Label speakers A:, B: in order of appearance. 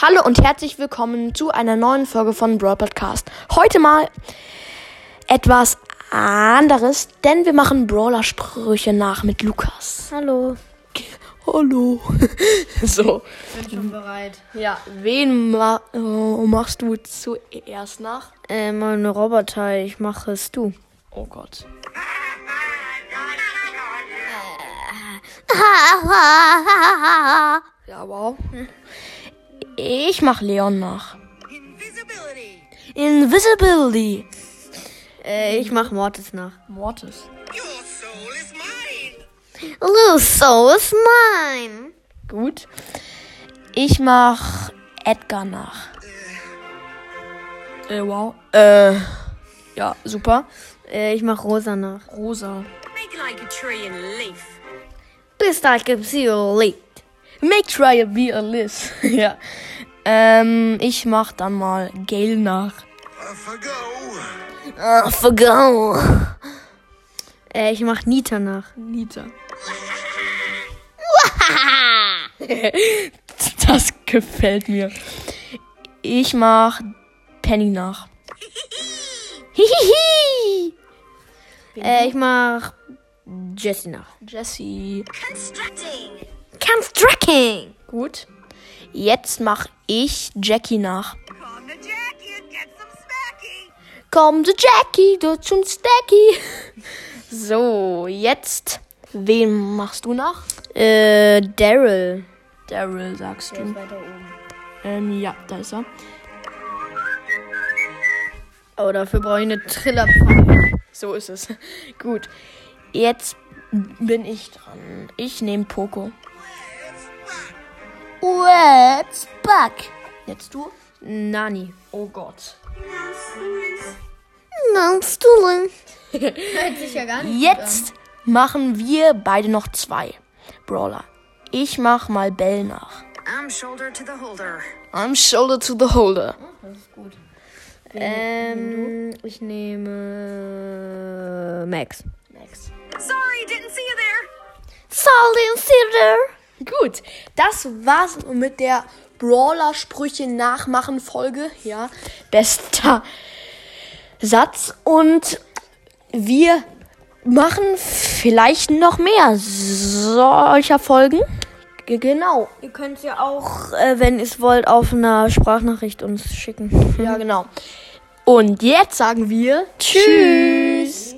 A: Hallo und herzlich willkommen zu einer neuen Folge von Brawl Podcast. Heute mal etwas anderes, denn wir machen Brawler-Sprüche nach mit Lukas.
B: Hallo.
A: Hallo. so,
B: Bin schon bereit.
A: ja, wen ma äh, machst du zuerst nach?
B: Äh, mein Roboter, ich mache es du.
A: Oh Gott. Ja, wow. Ich mach Leon nach.
C: Invisibility.
A: Invisibility.
B: Äh, ich mache Mortis nach.
A: Mortis.
C: Your soul is mine.
B: Luso ist mein.
A: Gut. Ich mach Edgar nach. Äh, wow. Äh, ja, super.
B: Äh, ich mache Rosa nach.
A: Rosa.
C: Make like a tree and leaf.
B: Bis da gibt's hier liegt.
A: Make try and be a list. ja. Ähm, ich mach dann mal Gale nach.
C: Off I go.
A: Ah, vergau.
B: Äh, ich mache Nita nach.
A: Nita. das gefällt mir. Ich mach Penny nach. Hihihi.
B: Äh, ich mache Jessie nach.
A: Jessie.
C: Constructing.
B: Constructing.
A: Gut. Jetzt mach ich Jackie nach.
C: Calm the jack and get some smacking.
A: Komm, du Jackie, du zum Stacky. So, jetzt. Wen machst du nach?
B: Äh, Daryl.
A: Daryl, sagst du.
B: Weiter oben.
A: Ähm, ja, da ist er.
B: Oh, dafür brauche ich eine Triller.
A: So ist es. Gut. Jetzt bin ich dran. Ich nehme Poco.
B: What's back?
A: Jetzt du?
B: Nani.
A: Oh Gott.
B: Nennst du
A: Jetzt machen wir beide noch zwei Brawler. Ich mach mal Bell nach.
C: I'm shoulder to the holder.
A: I'm shoulder to the holder.
B: Ähm, ich nehme Max.
A: Next.
C: Sorry, didn't see you there.
A: Salt and Cider. Gut, das war's mit der Brawler-Sprüche nachmachen Folge. Ja, bester Satz. Und wir machen vielleicht noch mehr solcher Folgen. G- Genau.
B: Ihr könnt ja auch, äh, wenn ihr es wollt, auf einer Sprachnachricht uns schicken.
A: Ja, genau. Und jetzt sagen wir Tschüss.